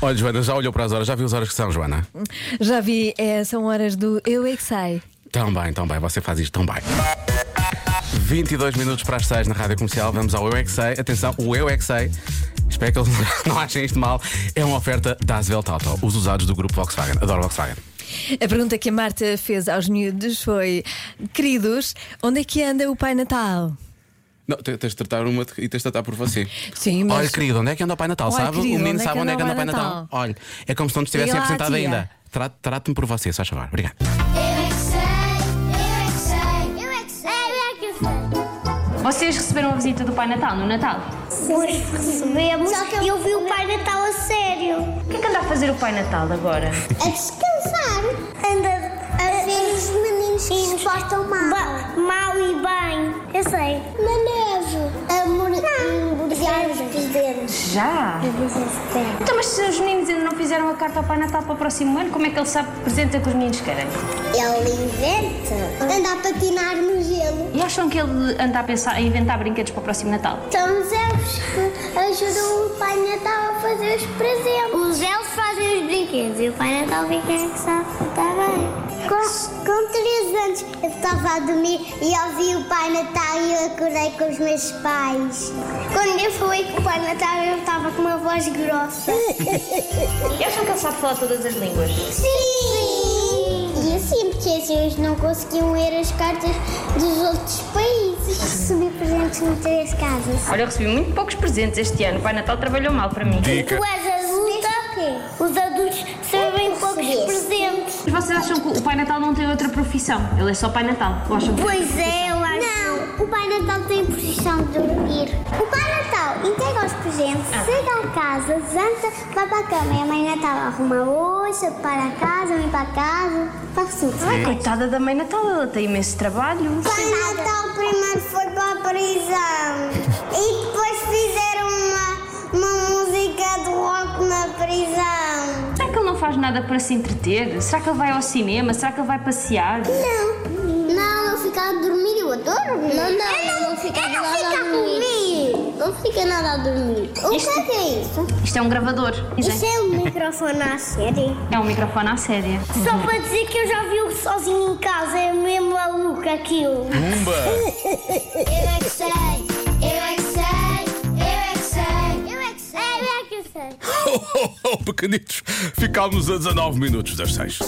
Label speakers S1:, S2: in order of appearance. S1: Olha, Joana, já olhou para as horas, já viu as horas que são, Joana?
S2: Já vi, é, são horas do Eu É Que Sei.
S1: Tão bem, tão bem, você faz isto tão bem. 22 minutos para as 6 na rádio comercial, vamos ao Eu É Que Sei. Atenção, o Eu É Que Sei. Espero que eles não achem isto mal. É uma oferta da Asvelt Auto, os usados do grupo Volkswagen. Adoro Volkswagen.
S2: A pergunta que a Marta fez aos miúdos foi: Queridos, onde é que anda o Pai Natal?
S3: Não, te- tens de tratar uma e tens de tratar por você.
S2: Sim,
S1: Olha, querido, onde é que anda o Pai Natal?
S2: Olha,
S1: sabe?
S2: querido,
S1: o menino
S2: onde é
S1: sabe
S2: que
S1: onde é que anda o Pai Natal.
S2: Natal?
S1: Olha, é como se não te estivessem
S2: Diga lá,
S1: apresentado
S2: tia.
S1: ainda. Tra- Trate-me por você, se faz favor. Obrigado.
S4: Vocês receberam a visita do Pai Natal no Natal?
S5: Hoje recebemos. Só que eu... vi o Pai Natal a sério.
S4: O que é que anda a fazer o Pai Natal agora?
S5: A descansar. Anda a, ver os meninos que se portam mal. mal e bem. Eu sei. Na neve. A morder os dentes.
S4: Já? Então, mas se os meninos ainda não fizeram a carta ao Pai Natal para o próximo ano, como é que ele sabe que presente é que os meninos querem?
S5: Ele inventa. Anda a patinar no gelo.
S4: E acham que ele anda a pensar em inventar brinquedos para o próximo Natal?
S5: São Então, os elfos que ajudam o Pai Natal a fazer os presentes. Os elfos fazem os brinquedos e o Pai Natal fica que sabe está bem. Com, com três anos eu estava a dormir e ouvi o Pai Natal e eu acordei com os meus pais. Quando eu falei com o Pai Natal eu estava com uma voz grossa.
S4: E acham que ele sabe falar todas as línguas?
S5: Sim! E assim, porque assim eles não conseguiam ler as cartas dos outros países. Recebi presentes em três casas.
S4: Olha, eu recebi muito poucos presentes este ano. O Pai Natal trabalhou mal para mim.
S5: Tu és adulta, os adultos sabem poucos presentes.
S4: Mas vocês acham que o Pai Natal não tem outra profissão? Ele é só Pai Natal. Ou acham que...
S5: Pois é, eu acho. Não, o Pai Natal tem posição de dormir. O Pai Natal entrega os presentes, chega à casa, janta, vai para a cama. E a Mãe Natal arruma a louça, para a casa, vem para a casa, faz tudo.
S4: Ai, coitada da Mãe Natal, ela tem imenso trabalho.
S5: O Pai Natal primeiro foi para a prisão e depois fizeram uma, uma música de rock na prisão.
S4: Será que ele não faz nada para se entreter? Será que ele vai ao cinema? Será que ele vai passear?
S5: Não. Não, eu ficar a dormir, eu adoro dormir. Não, não, eu não, fica nada a dormir. Não fica nada a dormir. O que é que é isso?
S4: Isto é um gravador.
S5: Isso é um microfone à série.
S4: É um microfone à séria.
S5: Só para dizer que eu já vi o sozinho em casa, é mesmo maluco aquilo.
S3: Pumba!
S5: Eu é que sei, eu é que sei, eu é que sei, eu é que sei, eu é que sei.
S1: Oh, oh, oh, pequenitos, ficámos a 19 minutos das 6.